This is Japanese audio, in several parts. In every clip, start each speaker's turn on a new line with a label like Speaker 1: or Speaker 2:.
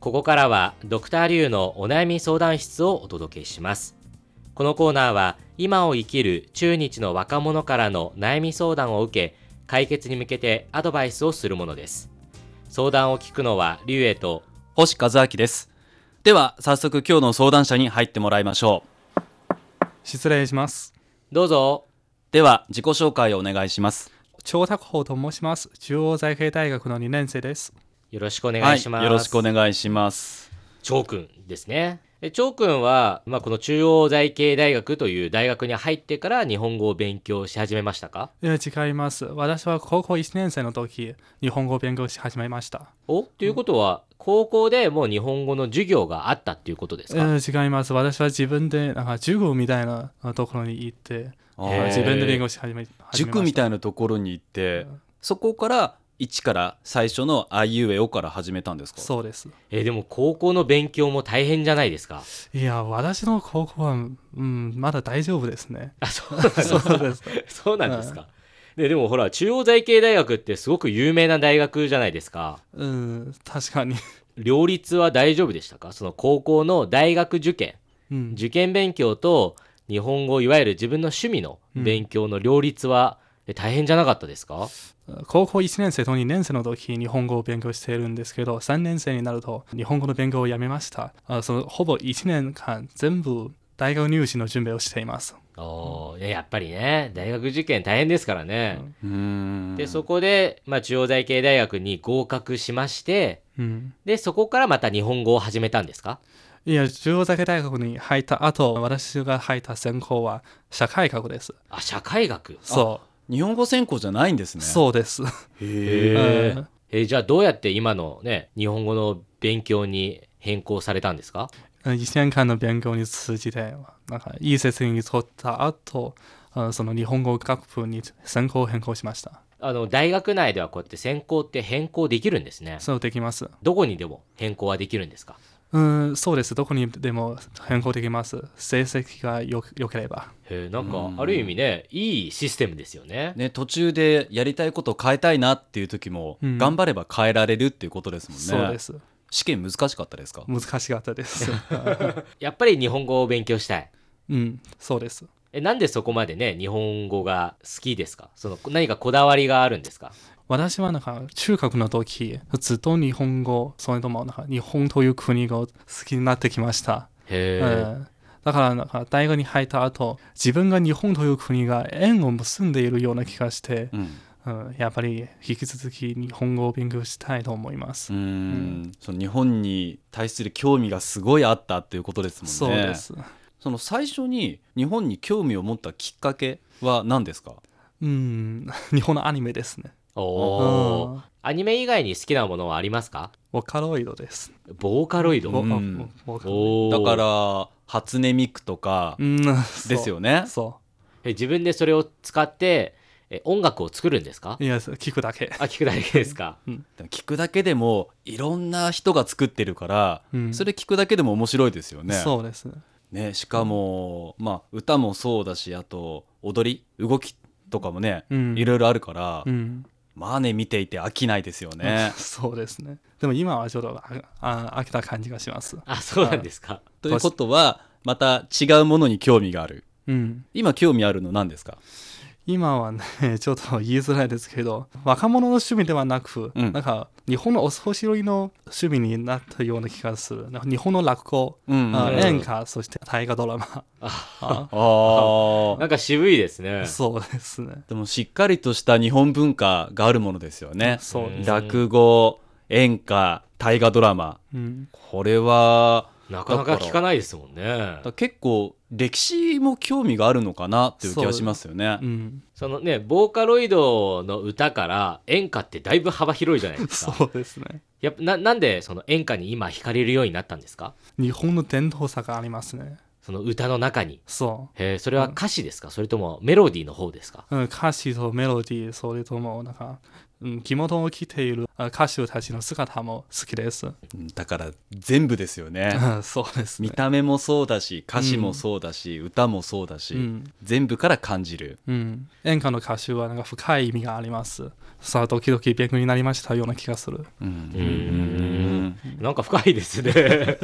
Speaker 1: ここからはドクターリュウのお悩み相談室をお届けしますこのコーナーは今を生きる中日の若者からの悩み相談を受け解決に向けてアドバイスをするものです相談を聞くのはリュウエと
Speaker 2: 星和明ですでは早速今日の相談者に入ってもらいましょう
Speaker 3: 失礼します。
Speaker 1: どうぞ
Speaker 2: では自己紹介をお願いします
Speaker 3: 張拓法と申します。中央財系大学の2年生です。
Speaker 1: よろしくお願いします、
Speaker 2: はい、よろしくお願いします
Speaker 1: 張君ですね。え張君は、まあ、この中央財系大学という大学に入ってから日本語を勉強し始めましたか
Speaker 3: えー違います。私は高校1年生の時、日本語を勉強し始めました。
Speaker 1: おということは、高校でもう日本語の授業があったっていうことです
Speaker 3: え
Speaker 1: か、
Speaker 3: ー違います。私は自分で、なんか塾みたいなところに行って、
Speaker 2: あ
Speaker 1: へー
Speaker 2: ー
Speaker 3: 自分で勉強し始め始めました。
Speaker 2: 塾みたいなところに行ってそこから一から最初のあいうえおから始めたんですか
Speaker 3: そうです。
Speaker 1: えでも高校の勉強も大変じゃないですか
Speaker 3: いや、私の高校は、うん、まだ大丈夫ですね。
Speaker 1: あそうなんです
Speaker 3: そうです。
Speaker 1: そうなんですかででもほら中央財系大学ってすごく有名な大学じゃないですか
Speaker 3: うん、確かに。
Speaker 1: 両立は大丈夫でしたかその高校の大学受験
Speaker 3: うん、
Speaker 1: 受験勉強と日本語いわゆる自分の趣味の勉強の両立はえ大変じゃなかったですか、
Speaker 3: 高校1年生と2年生の時日本語を勉強しているんですけど3年生になると日本語の勉強をやめましたあそのほぼ1年間全部大学入試の準備をしています
Speaker 1: おーいややっぱりね大学受験大変ですからね、
Speaker 2: うーん
Speaker 1: でそこで、まあ、中央財系大学に合格しまして
Speaker 3: うん
Speaker 1: でそこからまた日本語を始めたんですか
Speaker 3: いや中央財系大学に入った後私が入った専攻は社会学です
Speaker 1: あ社会学
Speaker 3: そ
Speaker 2: 日本語専攻じゃないんです
Speaker 3: う、
Speaker 2: ね
Speaker 3: そうです
Speaker 2: う
Speaker 1: へ
Speaker 3: う
Speaker 1: ー
Speaker 3: ん
Speaker 1: えじゃあどうやって今のね日本語の勉強に変更されたんですか
Speaker 3: 1年間の勉強に通じてなんかいい成績に取った後あその日本語学部に専攻を変更しました
Speaker 1: あの大学内ではこうやって専攻って変更できるんですね
Speaker 3: そうできます
Speaker 1: どこにでも変更はできるんですか
Speaker 3: うん、そうです。どこにでも変更できます。成績がよよければ。
Speaker 1: へえなんか
Speaker 2: うん
Speaker 1: ある意味ねいいシステムですよね
Speaker 2: ね、途中でやりたいことを変えたいなっていう時も、
Speaker 3: うん
Speaker 2: 頑張れば変えられるっていうことですもんね
Speaker 3: そうです。
Speaker 2: 試験難しかったですか
Speaker 3: 難しかったです。
Speaker 1: やっぱり日本語を勉強したい
Speaker 3: うん、そうです。
Speaker 1: えなんでそこまでね日本語が好きですかその何かこだわりがあるんですか
Speaker 3: 私はなんか中学の時、ずっと日本語、それともなんか日本という国が好きになってきました。
Speaker 1: へえ、
Speaker 3: うん、だからなんか大学に入った後、自分が日本という国が縁を結んでいるような気がして、
Speaker 2: うん
Speaker 3: うん、やっぱり引き続き日本語を勉強したいと思います。
Speaker 2: うーんその日本に対する興味がすごいあったっていうことですもんね
Speaker 3: そうです。
Speaker 2: その最初に日本に興味を持ったきっかけは何ですか
Speaker 3: うん、日本のアニメですね。
Speaker 1: お
Speaker 3: う
Speaker 1: お
Speaker 3: ん
Speaker 1: アニメ以外に好きなものはありますか
Speaker 3: ボカロイドです。
Speaker 1: ボーカロイド
Speaker 2: う
Speaker 3: ボ
Speaker 2: ん
Speaker 3: あボボカロイ
Speaker 1: お
Speaker 2: だ
Speaker 1: ー
Speaker 2: から初音ミクとか
Speaker 3: ドうん、
Speaker 2: ですよね
Speaker 3: ね。そ
Speaker 1: え自分でそれを使ってえ音楽を作るんですか
Speaker 3: う。いや、聞くだけ。
Speaker 1: あ聞くだけですか
Speaker 2: でも聞くだけでもいろんな人が作ってるから、
Speaker 3: うん
Speaker 2: それ聞くだけでも面白いですよね
Speaker 3: そうです。
Speaker 2: ねしかも、まあ、歌もそうだしあと踊り動きとかもね、
Speaker 3: うん
Speaker 2: いろいろあるから、
Speaker 3: うん。。
Speaker 2: まあね見ていて飽きないですよね
Speaker 3: そうですね。でも今はちょっとああ飽きた感じがします。
Speaker 1: あそうなんですか
Speaker 2: ということはまた違うものに興味がある
Speaker 3: うん。
Speaker 2: 今興味あるの何ですか
Speaker 3: 今はね、 ちょっと言いづらいですけど、若者の趣味ではなく、
Speaker 2: うん
Speaker 3: なんか日本のお年寄りの趣味になったような気がする。なんか日本の落語、
Speaker 2: うん
Speaker 3: あ
Speaker 1: うん
Speaker 3: 演歌、そして大河ドラマ。あ
Speaker 2: あー
Speaker 1: なんか渋いですね
Speaker 3: そうですね。
Speaker 2: でもしっかりとした日本文化があるものですよね。
Speaker 3: そうです。
Speaker 2: 落語演歌大河ドラマ
Speaker 3: うん。
Speaker 2: これは
Speaker 1: なかなか聞かないですもんね
Speaker 2: だ結構歴史も興味があるのかなっていう気がしますよね
Speaker 3: う。ん。
Speaker 1: そのねボーカロイドの歌から演歌ってだいぶ幅広いじゃないですか
Speaker 3: そうですね。
Speaker 1: やっぱななんでその演歌に今惹かれるようになったんですか
Speaker 3: 日本の伝統さがありますね。
Speaker 1: その歌の中に。
Speaker 3: そ
Speaker 1: へえ、それは歌詞ですか、それともメロディーの方ですか
Speaker 3: う、うん、歌詞とメロディー、それともなんか、うん、着物を着ているあ歌手たちの姿も好きです。
Speaker 2: うんだから全部ですよ ね
Speaker 3: うんそうですね
Speaker 2: 見。た目もそうだし歌詞もそうだし、歌もそうだし、
Speaker 3: うん
Speaker 2: 全部から感じる
Speaker 3: うん、演歌の歌手はなんか深い意味があります。さあ、時々勉強になりましたような気がする。
Speaker 2: うん
Speaker 1: うーんなんか深いですね。へ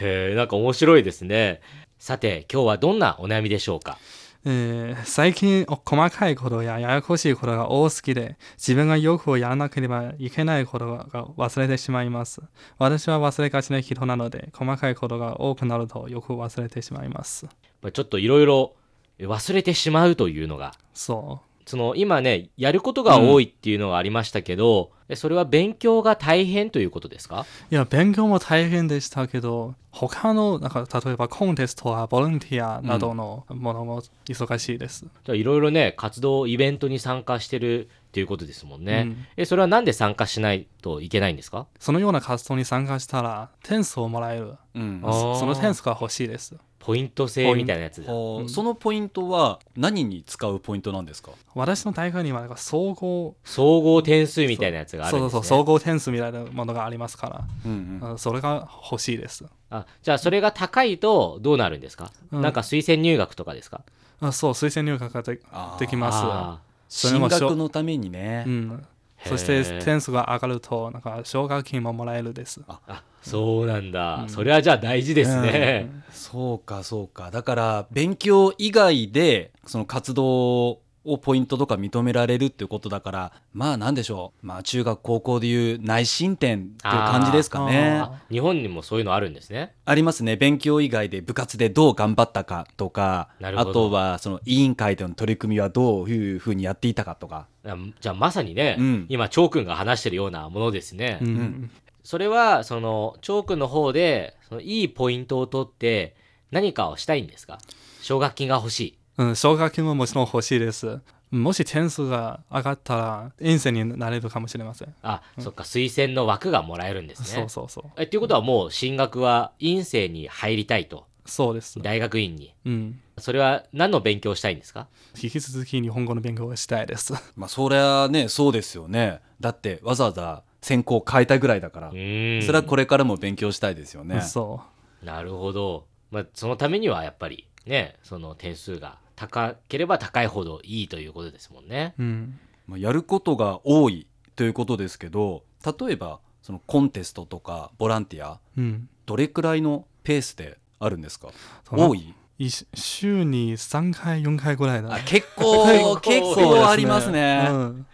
Speaker 1: え、なんか面白いですね。さて、今日はどんなお悩みでしょうか
Speaker 3: えー最近お細かいことやややこしいことが多すぎて自分がよくやらなければいけないことが忘れてしまいます私は忘れがちな人なので細かいことが多くなるとよく忘れてしまいます
Speaker 1: まあちょっといろいろ忘れてしまうというのが、
Speaker 3: そ
Speaker 1: その今ね、やることが多いっていうのがありましたけど、えそれは勉強が大変ということですか
Speaker 3: ういや勉強も大変でしたけど他のなんか例えばコンテストやボランティアなどのものも忙しいです、
Speaker 1: じゃあいろいろね、活動、イベントに参加してるっていうことですもんね。
Speaker 3: うん
Speaker 1: えそれはなんで参加しないといけないんですか
Speaker 3: そのような活動に参加したら点数をもらえる
Speaker 2: うん
Speaker 1: あー
Speaker 3: その点数が欲しいです
Speaker 1: ポイント制みたいなやつだ。
Speaker 2: ほうそのポイントは何に使うポイントなんですか
Speaker 3: 私の大会にはなんか総合
Speaker 1: 総合点数みたいなやつがあるん
Speaker 3: そ
Speaker 1: ですね。
Speaker 3: うそうそう総合点数みたいなものがありますから、
Speaker 2: うん
Speaker 3: うんそれが欲しいです
Speaker 1: あじゃあそれが高いとどうなるんですか、
Speaker 3: うん
Speaker 1: なんか推薦入学とかですか
Speaker 3: あそう推薦入学がで
Speaker 2: あー
Speaker 3: できま
Speaker 1: あ
Speaker 3: それも
Speaker 2: 進
Speaker 3: しょ
Speaker 2: 学のためにね、
Speaker 3: す、うん、
Speaker 1: へー
Speaker 3: そして点数が上がるとなんか奨学金ももらえるです
Speaker 1: ーあそうなんだ、
Speaker 3: うん
Speaker 1: それはじゃあ大事ですね、
Speaker 2: そうかそうかだから勉強以外でその活動をポイントとか認められるっていうことだからまあなんでしょうまあ中学高校でいう内申点っていう感じですかねあ
Speaker 3: あー
Speaker 1: あ日本にもそういうのあるんですね
Speaker 2: りますね勉強以外で部活でどう頑張ったかとか
Speaker 1: なるほ
Speaker 2: あ
Speaker 1: ど
Speaker 2: とはその委員会での取り組みはどういうふうにやっていたかとか
Speaker 1: あじゃあまさにね、
Speaker 2: うん
Speaker 1: 今チョー君が話してるようなものですね、
Speaker 3: うん
Speaker 2: うん
Speaker 1: それはそのチョー君の方でそのいいポイントを取って何かをしたいんですか奨学金が欲しい
Speaker 3: うん奨学金ももちろん欲しいですもし点数が上がったら院生になれるかもしれません、
Speaker 1: あ、そっか推薦の枠がもらえるんです
Speaker 3: そ
Speaker 1: ね
Speaker 3: うそうそう
Speaker 1: えっていうことはもう進学は院生に入りたいと
Speaker 3: そうです、
Speaker 1: 大学院に
Speaker 3: うん、
Speaker 1: それは何の勉強をしたいんですか
Speaker 3: 引き続き日本語の勉強をしたいです
Speaker 2: まあそりゃねそうですよねだってわざわざ専攻を変えたぐらいだから、
Speaker 1: うん
Speaker 2: それはこれからも勉強したいですよね、
Speaker 3: そ
Speaker 1: なるほど、まあ、そのためにはやっぱりねその点数が高ければ高いほどいいということですもんね
Speaker 3: う、うん、
Speaker 2: まあ、やることが多いということですけど例えばそのコンテストとかボランティア
Speaker 3: うん、
Speaker 2: どれくらいのペースであるんですか
Speaker 3: その
Speaker 2: 多い
Speaker 3: いし週に3回4回ぐらいだ
Speaker 2: あ結 構結
Speaker 1: 結構
Speaker 2: 構ありますね。
Speaker 3: うん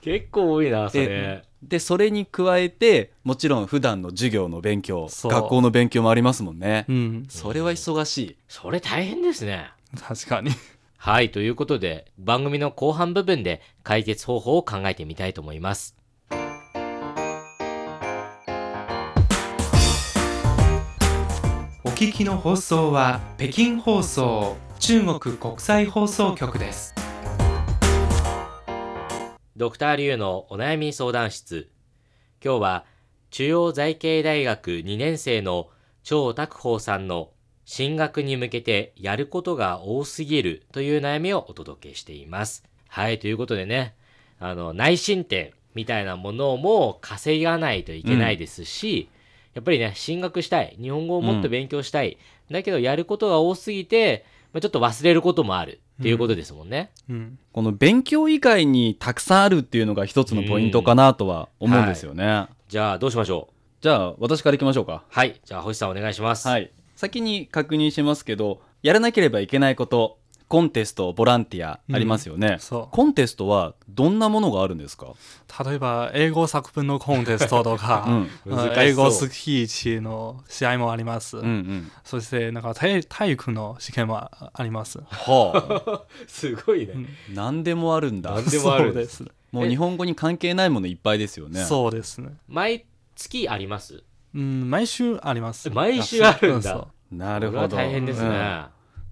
Speaker 1: 結構多いなそれ
Speaker 2: ででそれに加えてもちろん普段の授業の勉強
Speaker 3: そう
Speaker 2: 学校の勉強もありますもんね、
Speaker 3: うん、
Speaker 2: それは忙しい
Speaker 1: それ大変ですね
Speaker 3: 確かに
Speaker 1: はいということで番組の後半部分で解決方法を考えてみたいと思います
Speaker 4: お聞きの放送は北京放送中国国際放送局です。
Speaker 1: ドクターリュウのお悩み相談室今日は中央財系大学2年生の張拓邦さんの進学に向けてやることが多すぎるという悩みをお届けしています。はい、ということでね、あの、内申点みたいなものも稼がないといけないですし、やっぱりね、進学したい。日本語をもっと勉強したい。だけど、やることが多すぎて、まあちょっと忘れることもあるっていうことですもんね。
Speaker 3: うん、
Speaker 2: この勉強以外にたくさんあるっていうのが一つのポイントかなとは思うんですよね、
Speaker 1: じゃあ、どうしましょう
Speaker 2: じゃあ私からいきましょうか
Speaker 1: はい、じゃあ、星さんお願いします。
Speaker 2: はい、先に確認しますけどやらなければいけないことコンテストボランティアありますよね、
Speaker 3: そ
Speaker 2: コンテストはどんなものがあるんですか、
Speaker 3: う例えば英語作文のコンテストとか、
Speaker 2: うん
Speaker 1: 難し そう
Speaker 3: 英語スピーチの試合もあります、
Speaker 2: うんうん、
Speaker 3: そしてなんか体体育の試験もああります
Speaker 2: はあ
Speaker 1: すごいね。
Speaker 3: うん
Speaker 2: 何でもあるんだ
Speaker 1: 何でもあるん
Speaker 3: そう
Speaker 1: で
Speaker 3: ですすね
Speaker 2: もう日本語に関係ないものいっぱいですよね
Speaker 3: そうですね、
Speaker 1: 毎月あります。
Speaker 3: うん、毎週あります
Speaker 1: 毎週あるん
Speaker 3: そう
Speaker 1: だ
Speaker 3: そ。
Speaker 2: な
Speaker 1: な
Speaker 2: るほど
Speaker 1: 大変ですね。
Speaker 2: うん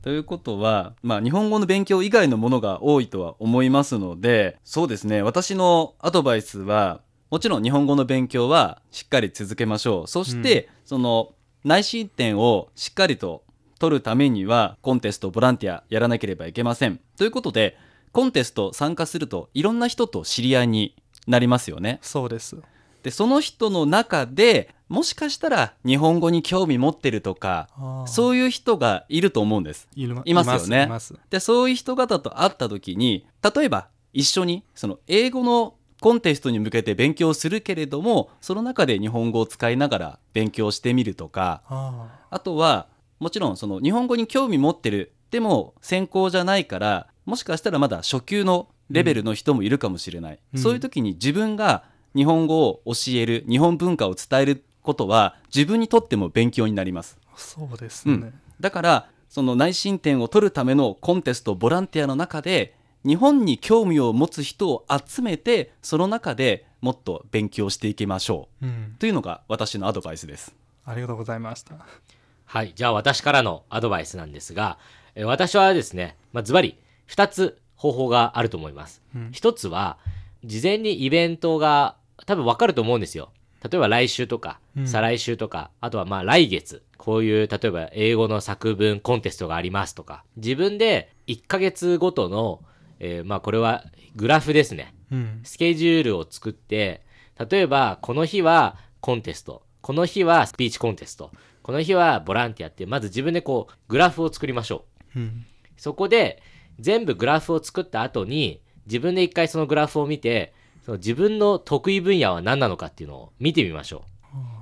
Speaker 2: ということは、まあ、日本語の勉強以外のものが多いとは思いますのでそうですね私のアドバイスはもちろん日本語の勉強はしっかり続けましょうそして、その内申点をしっかりと取るためにはコンテストボランティアやらなければいけませんということでコンテスト参加するといろんな人と知り合いになりますよね
Speaker 3: そうです。
Speaker 2: でその人の中でもしかしたら日本語に興味持ってるとか
Speaker 3: う
Speaker 2: そういう人がいると思うんです
Speaker 3: いる
Speaker 2: いますよね
Speaker 3: いますいます
Speaker 2: でそういう人方と会った時に例えば一緒にその英語のコンテストに向けて勉強するけれどもその中で日本語を使いながら勉強してみるとか
Speaker 3: あ
Speaker 2: あとはもちろんその日本語に興味持ってるでも専攻じゃないからもしかしたらまだ初級のレベルの人もいるかもしれない、
Speaker 3: うん
Speaker 2: そういう時に自分が日本語を教える日本文化を伝えることは自分にとっても勉強になります
Speaker 3: ーそうですね。
Speaker 2: うんだからその内申点を取るためのコンテストボランティアの中で日本に興味を持つ人を集めてその中でもっと勉強していきましょ
Speaker 3: うん
Speaker 2: うというのが私のアドバイスです
Speaker 3: ありがとうございました。
Speaker 1: はい。じゃあ私からのアドバイスなんですが、えー私はですね、まあ、ズバリ2つ方法があると思います。
Speaker 3: うん
Speaker 1: 1つは、事前にイベントが多分わかると思うんですよ。例えば来週とか、
Speaker 3: うん
Speaker 1: 再来週とか、あとはまあ来月、こういう例えば英語の作文コンテストがありますとか、自分で1ヶ月ごとの、えーまあこれはグラフですね。
Speaker 3: うん
Speaker 1: スケジュールを作って、例えば、この日はコンテスト、この日はスピーチコンテスト、この日はボランティアって、まず自分でこう、グラフを作りましょ
Speaker 3: うん
Speaker 1: う。そこで、全部グラフを作った後に、自分で一回そのグラフを見て、その自分の得意分野は何なのかっていうのを見てみましょ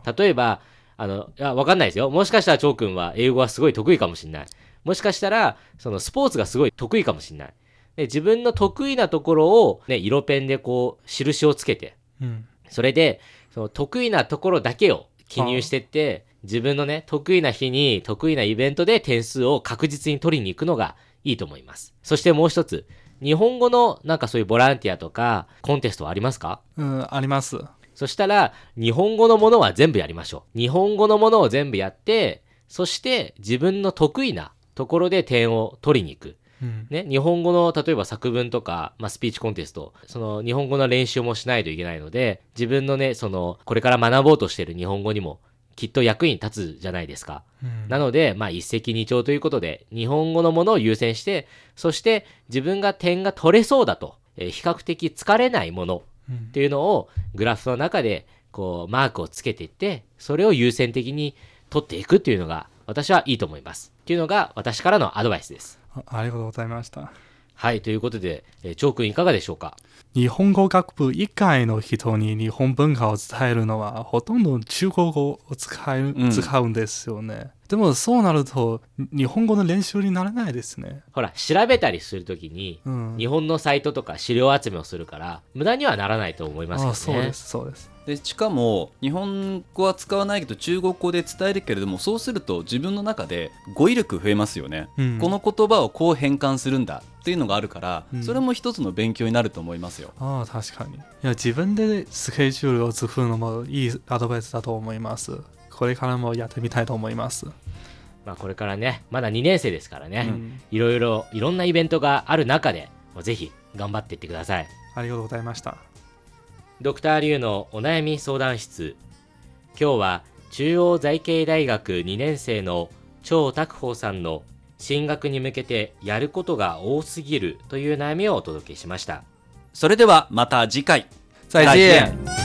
Speaker 1: う。例えば、あの、いや、わかんないですよ。もしかしたら、チョウ君は英語はすごい得意かもしれない。もしかしたら、そのスポーツがすごい得意かもしれない。で、自分の得意なところを、ね、色ペンでこう、印をつけて、
Speaker 3: うん
Speaker 1: それで、その得意なところだけを記入してって、自分のね、得意な日に得意なイベントで点数を確実に取りに行くのがいいと思います。そしてもう一つ、日本語のなんかそういうボランティアとかコンテストはありますか
Speaker 3: うんあります。
Speaker 1: そしたら、日本語のものは全部やりましょう。日本語のものを全部やって、そして自分の得意なところで点を取りに行く。
Speaker 3: うん
Speaker 1: ね、日本語の例えば作文とか、まあ、スピーチコンテストその日本語の練習もしないといけないので自分のねそのこれから学ぼうとしている日本語にもきっと役に立つじゃないですか。
Speaker 3: うん
Speaker 1: なので、まあ、一石二鳥ということで日本語のものを優先してそして自分が点が取れそうだと、えー比較的疲れないもの
Speaker 3: うん
Speaker 1: っていうのをグラフの中でこうマークをつけていってそれを優先的に取っていくっていうのが私はいいと思います。っていうのが私からのアドバイスです。
Speaker 3: あありがとうございました。
Speaker 1: はい、ということで、えー、チョー君いかがでしょうか
Speaker 3: 日本語学部以外の人に日本文化を伝えるのはほとんど中国語を使う,、
Speaker 2: うん
Speaker 3: 使うんですよね。でもそうなると日本語の練習にならないですね。
Speaker 1: ほら、調べたりするときに、
Speaker 3: うん、
Speaker 1: 日本のサイトとか資料集めをするから、無駄にはならないと思いますよね。
Speaker 3: あそうですそうです。
Speaker 2: でしかも日本語は使わないけど中国語で伝えるけれどもそうすると自分の中で語彙力増えますよね、
Speaker 3: うん
Speaker 2: この言葉をこう変換するんだっていうのがあるから、
Speaker 3: うん
Speaker 2: それも一つの勉強になると思いますよ
Speaker 3: ああ確かにいや自分でスケジュールを作るのもいいアドバイスだと思いますこれからもやってみたいと思います、
Speaker 1: まあ、これからね、まだ2年生ですから
Speaker 3: う
Speaker 1: ね、
Speaker 3: ん、
Speaker 1: いろいろ、いろんなイベントがある中で、もうぜひ頑張っていってください。
Speaker 3: ありがとうございました
Speaker 1: ドクターリュウのお悩み相談室。今日は中央財系大学2年生の張拓宝さんの進学に向けてやることが多すぎるという悩みをお届けしました。
Speaker 2: それではまた次回
Speaker 3: 再
Speaker 2: 再
Speaker 3: 见
Speaker 2: 见